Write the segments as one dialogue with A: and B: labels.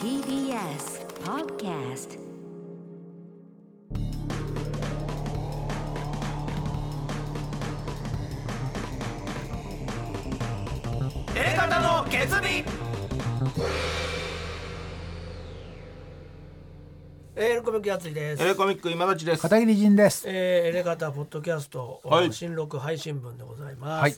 A: TBS Podcast
B: 方の決意
C: えー、エレコミックやついです。
B: エレコミック今立ちです
D: 片桐仁です。
C: えー、エレガタポッドキャスト、
B: はい
C: 新録配信分でございます。
D: はい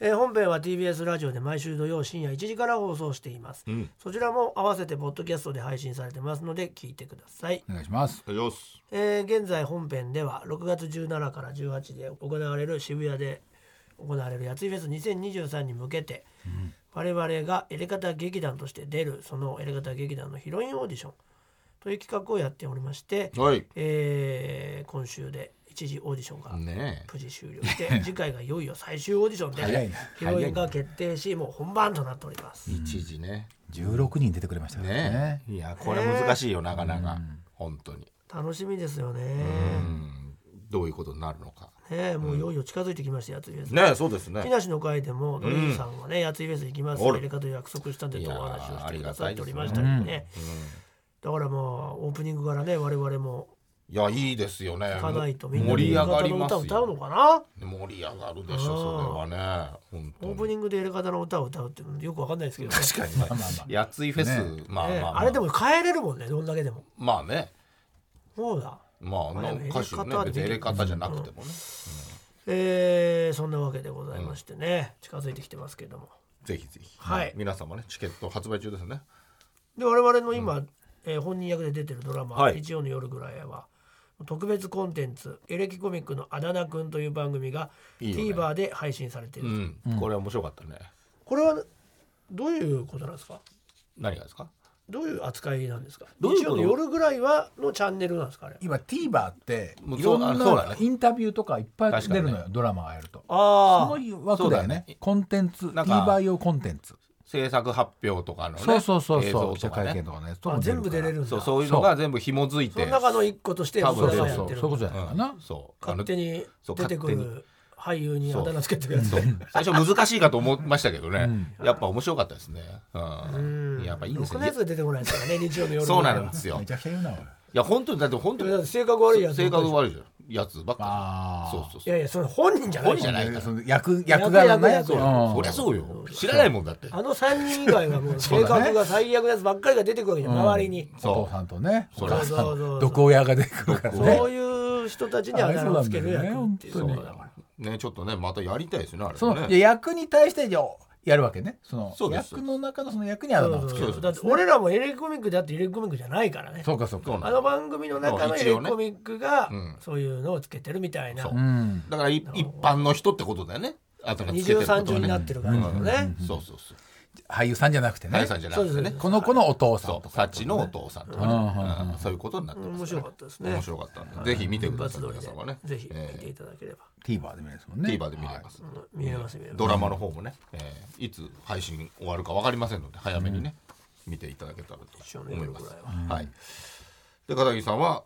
C: えー本編は TBS ラジオで毎週土曜深夜1時から放送しています、
B: ん
C: そちらも合わせてポッドキャストで配信されてますので聞いてください、
D: お願いします。
B: お願いします
C: えー現在本編では6月17から18で行われる渋谷で行われるやついフェス2023に向けて、我々がエレガタ劇団として出るそのエレガタ劇団のヒロインオーディションという企画をやっておりまして、
B: はい
C: えー今週で一時オーディションが
B: ね
C: 無事終了して、次回がいよいよ最終オーディション
D: 早い
C: で
D: ね
C: ヒロインが決定しもう本番となっております
B: え。一時ね
D: 16人出てくれましたからね。
B: ねえいやこれ難しいよなかなか本当に
C: 楽しみですよね
B: うんどういうことになるのか
C: ねもういよいよ近づいてきましたやついフェス、
B: ねえそうですね
C: 木梨の会でもドリームさんはね、やついフェス行きます
B: お
C: や
B: る
C: り方と約束したんでとお話をしてくださっておりました
B: い
C: け
B: や
C: ど
B: ー
C: ねだからまあオープニングからね我々も
B: いやいいですよね
C: 行かないとみんな
B: 盛り上が
C: 方
B: り
C: の
B: ま
C: 歌を
B: す
C: 歌うの
B: よ
C: かな
B: 盛り上がるでしょそれはね本当
C: オープニングでやり方の歌を歌うってよくわかんないですけど、ね
B: 確かにねやついフェスまあま
C: ね
B: あま
C: あれでも変えれるもんねどんだけでも
B: まあね
C: そうだ
B: まあ
C: まあでも
B: 歌手ね
C: 入れ方は
B: 別に入れ方じゃなくてもね
C: えーそんなわけでございましてね、近づいてきてますけども
B: ぜひぜひ
C: はい
B: 皆様ねチケット発売中ですね
C: で我々の今、えー本人役で出てるドラマ、
B: はい
C: 日曜の夜ぐらいは特別コンテンツ「エレキコミックのあだ名くん」という番組が
B: いいよ
C: TVer で配信されている
B: うんこれは面白かったね
C: これはどういうことなんですか
B: 何がですか
C: どういう扱いなんですか
B: どういう
C: 日
B: こと
C: 曜の夜ぐらいはのチャンネルなんですかあれ
D: 今 TVer って
B: もう
D: いろん
B: そうあそうだね
D: なインタビューとかいっぱい
B: 確か
D: 出
B: にね
D: るのよ、ドラマがやると。
C: あ
D: そ
C: ー
D: の枠だよ
B: そうだ
D: ね
B: ね
D: コンテンツ
B: なんか
D: TVer 用コンテンツ、
B: 制作発表とかのね
D: そうそうそう
B: 映
D: そう
B: 像
D: 記者
B: とか
D: 会見
B: ね
D: とかね
C: あ全部出れるんだ
B: そう
C: そ
B: そういうのが全部紐づいて
C: の中の一個として
B: 多
C: 僕
B: 分
C: ら
D: そ
C: がやっ
D: うそうそう
C: てる
D: そういうことじゃないかな、
B: そうあの
C: 勝手に
B: そう
C: 出てく
B: 勝
C: る俳優にあだ名つけてくやつ
B: そう最初難しいかと思いましたけどね、やっぱ面白かったですね、うんやっぱいいです
C: 6
B: ね
C: 月出てこないですからね日曜の夜ぐら
B: そ
C: いうは
B: なんですよ
D: め
B: い
D: ちゃくちゃ言うなおい
B: や本当にだって本当
C: だっ
B: に
C: て性格悪いやつ
B: 性格悪いじゃんやつばっ
D: あ
B: か
D: ー
B: りそうそう
C: い
B: そう
C: やいやそれ本人じゃない
B: 本人じゃないから
D: その役役柄のね
C: 役役役
D: うん
B: そりゃそうよ知らないもんだって
C: あの3人以外 はもう性格が最悪なやつばっかりが出てくるわけじゃん、周りに
B: そう
D: お父さんとね
B: そ
D: お
B: うそう
D: 母
C: そう
D: さん
C: そう
D: の毒親が出てくるからね
C: そういう人たちにあだ名をつけるやつっていう
D: そうなん
C: そ
D: だよね本当に
C: うだから
B: ねちょっとねまたやりたいですねあれ
D: その
B: ね
D: いや役に対してじゃあやるわけねその
B: そうです
D: 役の中のその役にあだ名をつけ
C: そう
D: る
C: そうだって俺らもエレキコミックだってエレキコミックじゃないからね
D: そうかそう
B: そう
D: か
B: な
C: あ
B: んだ
C: の番組の中のエレキコミックが
B: うん
C: そういうのをつけてるみたいな、
B: そう
D: うん
B: だからい一般の人ってことだよねあとがつ
C: 二
B: けてる
C: 重
B: ことは
C: 三重に
B: ね
C: なってる感じのね、
B: そうそうそう
D: 俳優さんじゃなくてね
B: 大さんじゃなく
C: そ
B: て
C: うで
B: ね
C: すね
D: この子のお父さん
B: そ
D: と
B: う
D: か
B: サッチのお父さんとか
D: うん
B: ねうんそういうことになってます
C: 面白かったですね
B: 面白かったんでぜひ見てください
C: 一
B: 皆
C: 発撮
B: 様
C: りで
B: ね
C: ぜひ見て
B: え
C: いただければ、
D: TVer で見れますもん
B: ー
D: ね
B: TVer で見れます
C: うん見えます見えます
B: ドラマの方もね、えーいつ配信終わるかわかりませんので早めにね、見ていただけたらと思います。はい。で片桐さんは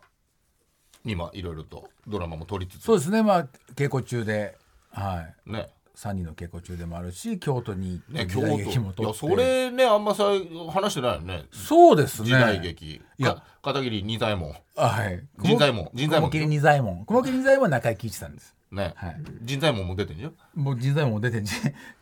B: 今いろいろとドラマも撮りつつ
D: そうですねまあ稽古中ではい
B: ね。
D: 3人の稽古中でもあるし京都に行っ
B: ね
D: て
B: 京
D: 時
B: 都
D: 代劇も
B: い
D: 撮
B: や
D: って
B: それねあんまさ話してないよね
D: そうですね
B: 時代劇、
D: いや
B: か片桐仁左衛門
D: はい
B: 仁左衛門仁左衛門
D: 雲霧仁左衛門雲霧仁左衛門は中井貴一さんです
B: ね
D: はい
B: 仁左衛門も出てんじゃん
D: もう仁左衛門も出てんじ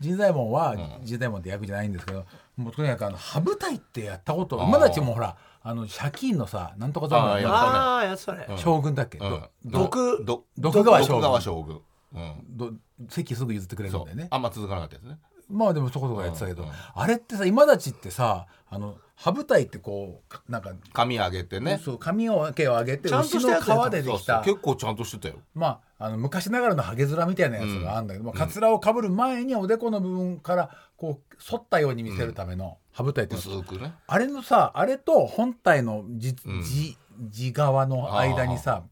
D: 仁左衛門は仁左衛門って役じゃないんですけど、もうとにかくあの羽舞台ってやったこと
B: あー
D: 今たちもほらあの借金のさなんとか
B: あー
D: さ
B: や
C: ああやつだね、
D: 将軍だっけ、
B: うん
D: ど
C: 毒
B: ど
D: 毒川将
B: 毒
D: 軍
B: 川将軍うん
D: ど席すぐ譲ってくれるん
B: そ
D: だ
B: う
D: よね
B: あんま続かなかったやつね
D: まあでもそこそこやってたけど、
B: うんうん
D: あれってさ今立ちってさあの羽舞台ってこうなんか、
B: 髪上げてね
D: そう髪を毛を上げて
C: ちゃんとした
D: 牛
C: や
D: の
C: つだよ
D: 皮でできた
B: そうそう結構ちゃんとしてたよ
D: まあ、あの昔ながらのハゲヅラみたいなやつがあるんだけど、まあ、カツラをかぶる前におでこの部分からこう反ったように見せるための羽舞台って、
B: 薄くね
D: あれのさあれと本体のじ、
B: うん
D: じ地側の間にさ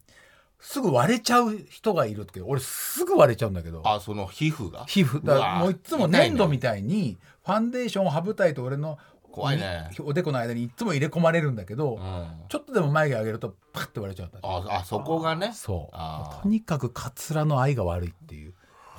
D: すぐ割れちゃう人がいるって俺すぐ割れちゃうんだけど
B: あその皮膚が
D: 皮膚
B: う
D: だから
B: わー
D: もういつも粘土みたいにファンデーション羽舞台と俺の
B: 怖いね
D: おでこの間にいつも入れ込まれるんだけど、
B: うんあ
D: ちょっとでも眉毛上げるとパッて割れちゃうんだって
B: あそこがね
D: そう
B: あー
D: とにかくカツラの愛が悪いっていう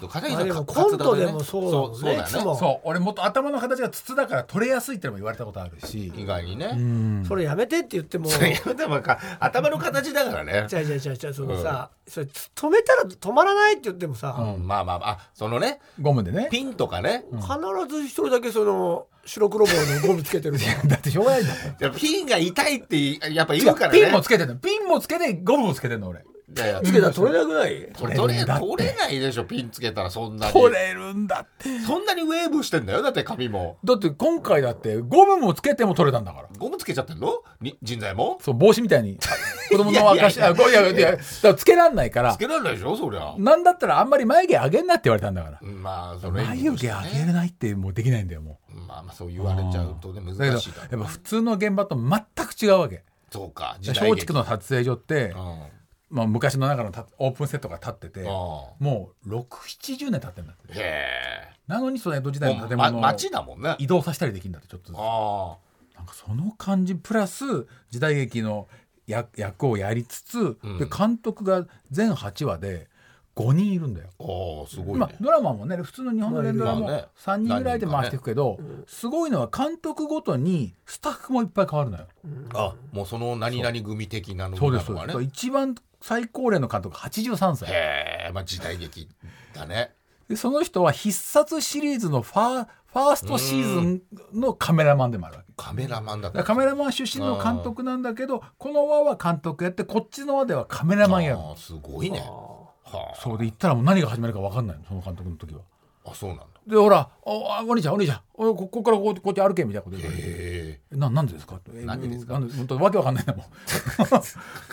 B: 片桐
C: まあ
B: さん
C: でも
B: か
C: コントでも
B: 活
C: そう
B: 動
C: だ
B: だねそう
C: もんね
B: そうだ
C: い
B: ね
C: つも
D: そう俺もっと頭の形が筒だから取れやすいってのも言われたことあるし
B: 意外にね、
C: それやめてって言っても
B: それやめたらか頭の形だからね
C: じゃじゃじゃじゃそのさ、それつ止めたら止まらないって言ってもさ、
B: うんまあまあまああそのね
D: ゴムでね
B: ピンとかね
C: 必ず一人だけその白黒棒のゴムつけてるから
D: だってしょうがないんだもん
B: いやピンが痛いってやっぱ言
D: 違
B: う
D: う
B: からね
D: ピンもつけてんのピンもつけてゴムもつけてんの俺
B: いやいや
C: つけたら取れなくない
B: それ取れ
D: だって
B: 取れないでしょピンつけたらそんなに
D: 取れるんだって
B: そんなにウェーブしてんだよだって髪も
D: だって今回だってゴムもつけても取れたんだから
B: ゴムつけちゃってんのに人材も
D: そう帽子みた いに子供の証
B: いや
D: あ
B: いやいや
D: ゴムいやいやだからつけらんないから
B: つけられないでしょそりゃ
D: なんだったらあんまり眉毛上げんなって言われたんだから
B: まあそれ
D: 眉毛上げれないってもうできないんだよも
B: まあまあそう言われちゃうとね
D: うだけど
B: 難しいから
D: やっぱ普通の現場と全く違うわけ
B: そうか時代
D: 松
B: 劇
D: 竹の撮影所って、
B: うんあ
D: まあ、昔の中のたオープンセットが建ってて
B: あ
D: もう670年経ってんだって
B: へ
D: なのにその江戸時
B: え
D: 代の
B: もう
D: 建
B: ま
D: 物を
B: 町だもんね
D: 移動させたりできるんだってちょっとずつ
B: あ
D: なんかその感じプラス時代劇の役役をやりつつ、
B: ん
D: で監督が全8話で5人いるんだよ。
B: あああすごい
D: まあ
B: ね
D: ドラマもね普通の日本の連ドラ
B: ま
D: も
B: あね
D: 3人ぐらいで回していくけど、すごいのは監督ごとにスタッフもいっぱい変わるのよ。
B: あもうその何々組的なの
D: そうで
B: な
D: すそう
B: の
D: で
B: が
D: す、
B: ね
D: 一番最高齢の監督83歳
B: へえまあ時代劇だね
D: でその人は必殺シリーズのファーファーストシーズンのカメラマンでもあるわけ。
B: カメラマンだっ
D: だから
B: た
D: カメラマン出身の監督なんだけどこの輪は監督やってこっちの輪ではカメラマンやるの
B: ああすごいねはあ
D: そうで行ったらもう何が始まるか分かんないのその監督の時は。
B: あそうなんだ
D: でほら「おあお兄ちゃんお兄ちゃんおこここからこうやってこうやって歩け」みたいなこと言われて
B: へ
D: 「ななんでですか?」って「
B: なんでですか
D: なん本当わけわかんないんだも ん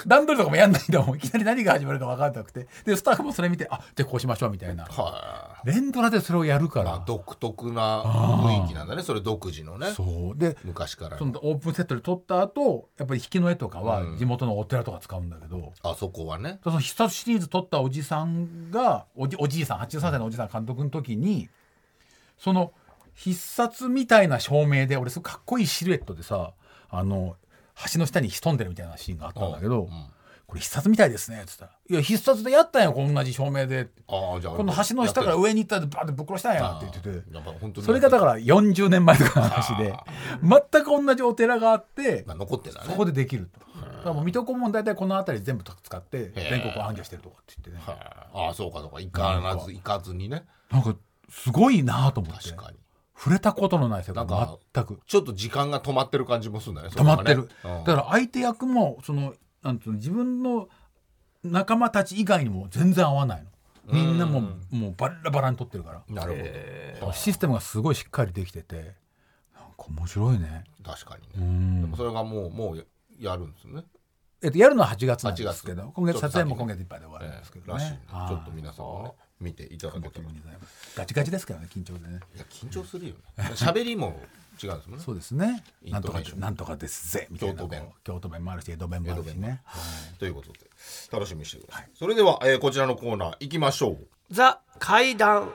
D: 段取りとかもやんないんだもんいきなり何が始まるか分かんなくてでスタッフもそれ見て「あじゃあこうしましょう」みたいな
B: えは
D: 連ドラでそれをやるか
B: あま
D: ら
B: あ独特な雰囲気なんだねそれ独自のね
D: そうで
B: 昔から
D: そ
B: の
D: のオープンセットで撮った後やっぱり引きの絵とかは地元のお寺とか使うんだけど、
B: あそこはね
D: その必殺シリーズ撮ったおじさんがおじおじいさん83歳のおじさん監督の時にその必殺みたいな照明で俺すごいかっこいいシルエットでさあの橋の下に潜んでるみたいなシーンがあったんだけど「これ必殺みたいですね」っつったら「いや必殺でやったんよこんなじ照明で」
B: ああじゃあ
D: この橋の下から
B: や
D: 上に行ったらバーってぶっ殺したんや」って
B: って
D: 言ってて
B: てやっぱ本当に
D: それがだから40年前とかの話で全く同じお寺があって
B: まあ残ってんだね
D: そこでできると。だからもう水戸黄門大体この辺り全部使って
B: へえ
D: 全国を暗挙してるとかって言ってね。
B: はあああそうかそうか行かず行かずにね
D: なんかすごいなと思って。
B: 確かに
D: 触れたことのない世界
B: なんか
D: 全く
B: ちょっと時間が止まってる感じもするんだねそ
D: 止
B: れ
D: ま
B: は
D: っ
B: ね
D: てる。
B: うん
D: だから相手役もそのなんつうの自分の仲間たち以外にも全然合わないの。みんなもうもうバラバラに取ってるから。
B: なるほど
D: システムがすごいしっかりできててなんか面白いね。
B: 確かにねでもそれがもうもうややるんですよね
D: えっとやるのは8月なんですけど
B: 8月
D: 今月
B: ちょっと先
D: 撮影も今月いっぱいで終わるんですけど
B: らしいん
D: ね
B: で。
D: はい
B: ちょっと皆さんもね見ていただけたらい
D: ガチガチですけどね緊張でね。
B: や緊張するよね 喋りも違うんですもんね
D: そうですね。
B: イ
D: な
B: ン
D: んと
B: トネ
D: か
B: ーション
D: なんとかですぜみたいな
B: 京都弁
D: こう京都弁もあるし江戸弁もあるしね。
B: ということで楽しみにしてください、それでは、えーこちらのコーナー行きましょう
C: ザ怪談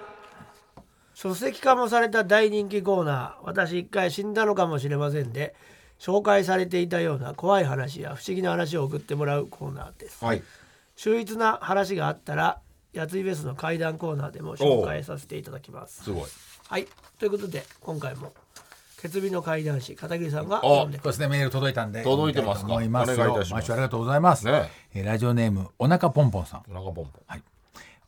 C: 書籍化もされた大人気コーナー「私一回死んだのかもしれません」で紹介されていたような怖い話や不思議な話を送ってもらうコーナーです
B: はい
C: 秀逸な話があったらやついフェスの怪談コーナーでも紹介させていただきます
B: すごい
C: はいということで今回も「決日の怪談師片桐さんが読んで
D: そうですねメール届いたんで
B: 届いてますか
D: 読みたいと思いますよ
B: お願いいたします
D: 毎週ありがとうございます。
B: ね
D: えーラジオネームおなかぽんぽんさん。
B: お腹ポンポン
D: はい。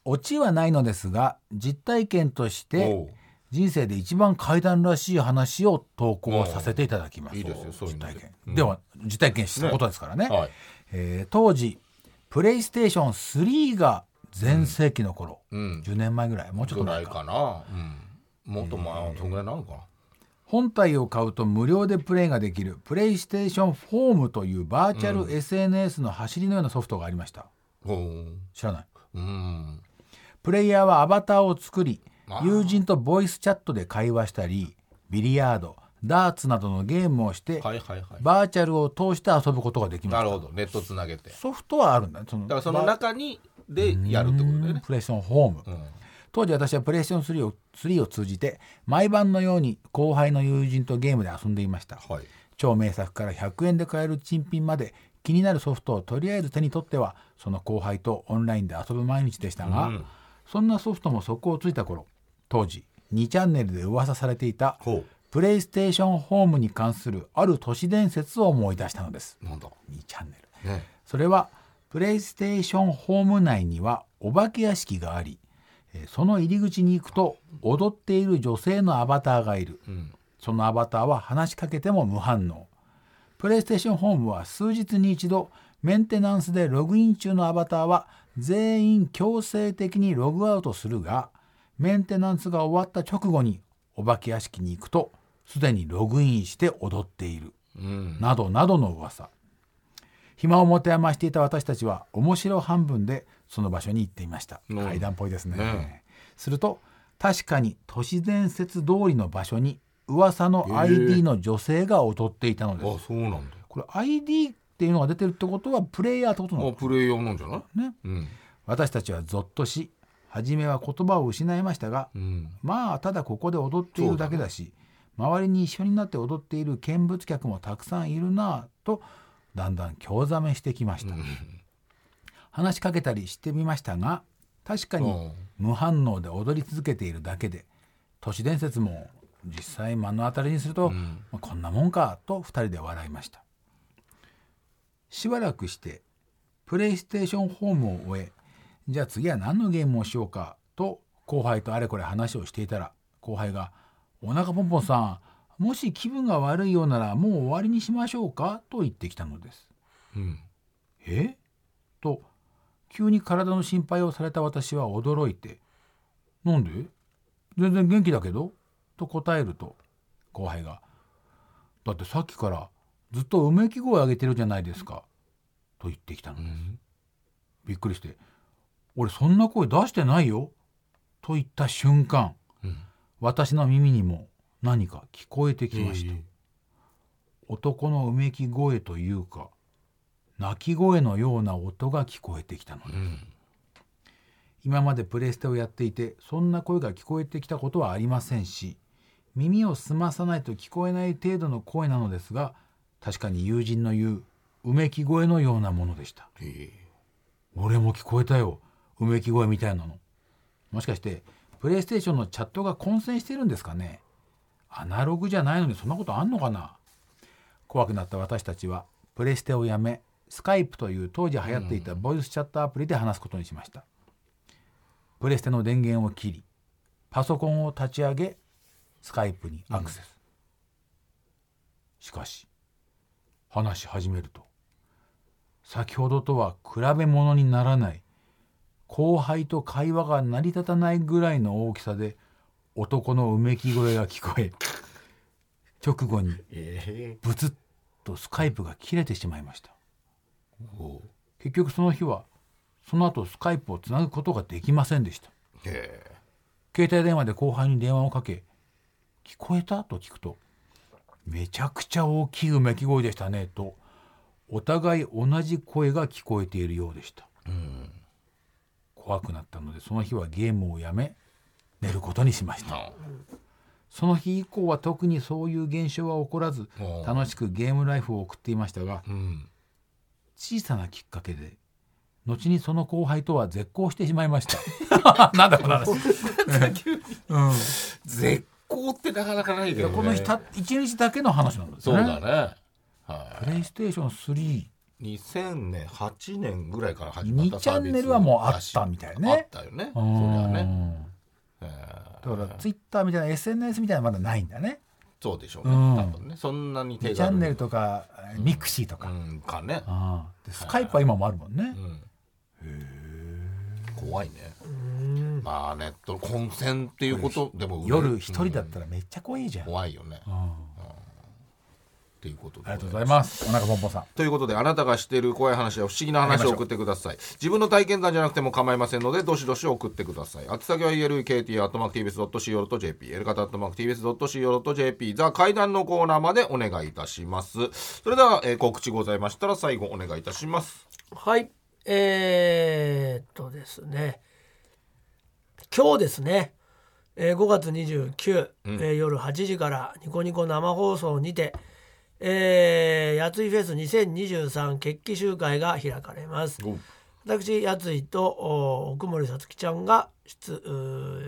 D: オチはないのですが実体験とし
B: お
D: て
B: う
D: 人生で一番怪談らしい話を投稿させていただきます。
B: いいですよそういうの
D: 実体験、
B: うん
D: では実体験したことですからね
B: ねはい
D: えー当時プレイステーション3が全盛期の頃、
B: うん
D: 10年前ぐらいもうちょっと
B: ぐら
D: 前
B: い
D: か
B: かなうんもっと前そんぐらいなのかな
D: 本体を買うと無料でプレイができるプレイステーションフォームというバーチャル SNS の走りのようなソフトがありました、
B: ほう
D: 知らない
B: うん
D: プレイヤーはアバターを作り
B: あー
D: 友人とボイスチャットで会話したりビリヤードダーツなどのゲームをして、
B: はいはいはい
D: バーチャルを通して遊ぶことができま
B: な
D: し
B: る
D: た
B: ほどネットつなげてだ
D: ソフトはあるんだねその
B: からその中にでやるってことだよね
D: プレイステーションフォーム、当時私はプレイステーション3を3を通じて毎晩のように後輩の友人とゲームで遊んでいました、
B: はい
D: 超名作から100円で買える珍品まで気になるソフトをとりあえず手に取ってはその後輩とオンラインで遊ぶ毎日でしたが、そんなソフトも底をついた頃当時2チャンネルで噂されていた
B: ほ
D: プレイステーションホームに関するある都市伝説を思い出したのです
B: うなんだ
D: 2チャンネル
B: ね
D: それはプレイステーションホーム内にはお化け屋敷がありえーその入り口に行くと踊っている女性のアバターがいる、
B: ん
D: そのアバターは話しかけても無反応プレイステーションホームは数日に一度メンテナンスでログイン中のアバターは全員強制的にログアウトするがメンテナンスが終わった直後にお化け屋敷に行くとすでにログインして踊っている
B: うん
D: などなどの噂暇を持て余していた私たちは面白半分でその場所に行っていました、
B: うん
D: 階段っぽいですね
B: ね
D: すると確かに都市伝説通りの場所に噂の ID の女性が踊っていたのです、
B: あそうなんだ
D: これ ID っていうのが出てるってことはプレイヤーってことな
B: あ
D: の
B: プレイヤーなんじゃない
D: ね
B: うん
D: 私たちはゾッとし初めは言葉を失いましたが、
B: うん
D: まあただここで踊っているだけだし周りに一緒になって踊っている見物客もたくさんいるなぁとだんだん興ざめしてきました、話しかけたりしてみましたが確かに無反応で踊り続けているだけで都市伝説も実際目の当たりにすると、
B: うん
D: まあこんなもんかと2人で笑いましたしばらくしてプレイステーションホームを終えじゃあ次は何のゲームをしようかと後輩とあれこれ話をしていたら後輩が「お腹ポンポンさんもし気分が悪いようならもう終わりにしましょうか?」と言ってきたのです。
B: うん
D: えと急に体の心配をされた私は驚いて「なんで全然元気だけど?」と答えると後輩が「だってさっきからずっとうめき声上げてるじゃないですか」と言ってきたの
B: う
D: で
B: ん
D: びっくりして「俺そんな声出してないよ」と言った瞬間
B: うん
D: 私の耳にも何か聞こえてきました。
B: え
D: 男のうめき声というか泣き声のような音が聞こえてきたので
B: えうん
D: 今までプレステをやっていてそんな声が聞こえてきたことはありませんし耳を澄まさないと聞こえない程度の声なのですが確かに友人の言ううめき声のようなものでした
B: え
D: 俺も聞こえたようめき声みたいなのもしかしてプレイステーションのチャットが混戦してるんですかねアナログじゃないのにそんなことあんのかな怖くなった私たちはプレステをやめスカイプという当時流行っていたボイスチャットアプリで話すことにしました、プレステの電源を切りパソコンを立ち上げスカイプにアクセス、しかし話し始めると先ほどとは比べ物にならない後輩と会話が成り立たないぐらいの大きさで男のうめき声が聞こえ直後に
B: え
D: ブツッとスカイプが切れてしまいました
B: おう
D: 結局その日はその後スカイプをつなぐことができませんでした
B: え
D: 携帯電話で後輩に電話をかけ「聞こえた?」と聞くと「めちゃくちゃ大きいうめき声でしたね」とお互い同じ声が聞こえているようでした、怖くなったのでその日はゲームをやめ寝ることにしました
B: あ
D: その日以降は特にそういう現象は起こらず
B: おう
D: 楽しくゲームライフを送っていましたが
B: うん
D: 小さなきっかけで後にその後輩とは絶交してしまいました なんだこの話、うん
B: 絶好ってなかなかないけどね
D: この日た一日だけの話なんです
B: そう
D: ね。
B: だねは
D: プレイステーション3
B: い2008年ぐらいから始まっ
D: 二
B: た
D: チャンネルはもうあったみたいね。
B: あったよねそりゃねええ
D: うんだからツイッターみたいな SNS みたいなのまだないんだね。
B: そうでしょうね
D: うん
B: 多分ねそんなに
D: 2
B: 手
D: チャ
B: 軽
D: ンネル
B: に
D: とかミクシーと
B: う
D: か。
B: んかね
D: あーでスカイプは今もあるもんね。
B: 怖いねまあネットの混戦っていうことでも
D: 夜一人だ
B: う
D: っ
B: ん
D: たらめっちゃ怖いじゃん。あ
B: 怖いよね
D: ー
B: っていうこと
D: あ
B: で
D: りがとうございます。お腹ポンポンさん。
B: ということであなたがしている怖い話や不思議な話を送ってください自分の体験談じゃなくても構いませんのでどしどし送ってください宛先は elkt.tbs.co.jp エルカタ .tbs.co.jp ザ階段のコーナーまでお願いいたしますそれでは、えー告知ございましたら最後お願いいたします
C: はいえー、っとですね今日ですね、えー5月29、えー夜8時からニコニコ生放送にて「えー、やついフェス2023決起集会」が開かれます。私やついとお奥森さつきちゃんが出う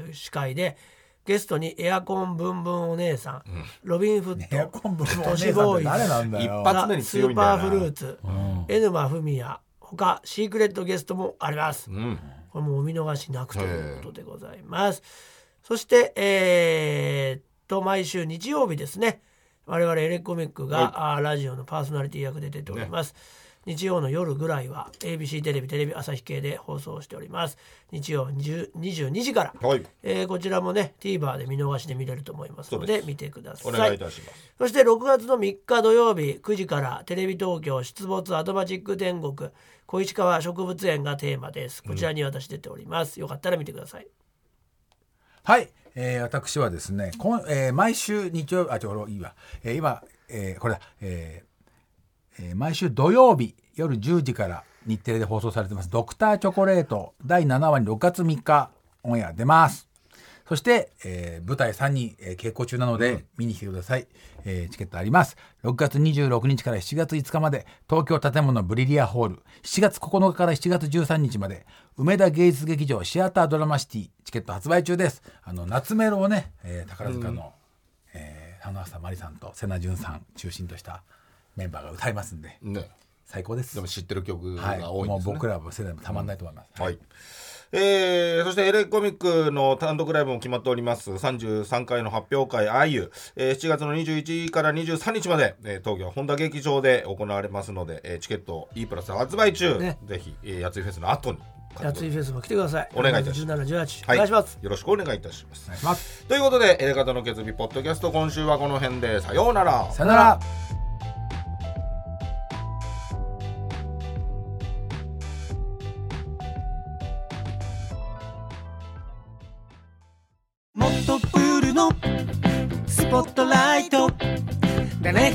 C: ー司会でゲストにエアコンブンブンお姉さん、ロビンフッ
D: エアコン部
C: ト
D: のお
C: 都
D: 姉
C: 市
D: さんっ
C: ボー
D: て
C: イズ
D: 誰なんだよ
B: 一発目に
C: ス
B: 強い
C: ー
B: んだよ
C: パ
B: な
C: ーフルーツ、エヌマフミヤ他シークレットゲストもあります、
B: うん。
C: これもお見逃しなくということでございます。そして、えーっと、毎週日曜日ですね、我々エレコミックが、あーラジオのパーソナリティ役で出ております。日曜の夜ぐらいは ABC テレビ、テレビ朝日系で放送しております。日曜10 22時から、
B: はい
C: えーこちらもね、TVer で見逃しで見れると思いますの
B: そう
C: で、
B: です
C: 見てくださ
B: お
C: い。
B: 願いいたします。
C: そして6月の3日土曜日9時からテレビ東京出没アドマチック天国小石川植物園がテーマです。こちらに私出ております。よかったら見てください。
D: はい、えー、私はですね、こんえー、毎週日曜日、あ、ちょ、これいいわ。えー、今、えー、これだ、えーえー、毎週土曜日夜10時から日テレで放送されてます、ドクターチョコレート第7話に6月3日オンエア出ます。そして、えー舞台3に、えー稽古中なので見に来てください、えーチケットあります。6月26日から7月5日まで東京建物ブリリアホール。7月9日から7月13日まで梅田芸術劇場シアタードラマシティチケット発売中です。あの、夏メロをね、えー宝塚の、えー、花房真理さんと瀬名淳さん中心としたメンバーが歌いますんで、
B: ね。
D: 最高です。
B: でも知ってる曲
D: はい、
B: が多いん
D: も
B: で
D: う
B: すね。
D: 僕らは世代もたまんないと思います。
B: はい。えーそしてエレコミックの単独ライブも決まっております33回の発表会「あゆ」えー7月の21から23日まで、えー東京本田劇場で行われますので、えーチケット E プラス発売中、
C: ね
B: ぜひ、えー、やついフェスの後に買
C: や
B: って
C: ついフェスも来てください。
B: お願いいたし
C: 17、18、
B: はい
C: お願いします。
B: よろしくお願いいたします
D: お願いします。
B: ということでエレガタの決意ポッドキャスト今週はこの辺でさようなら
D: さよなら。
E: もっとプールのスポットライト誰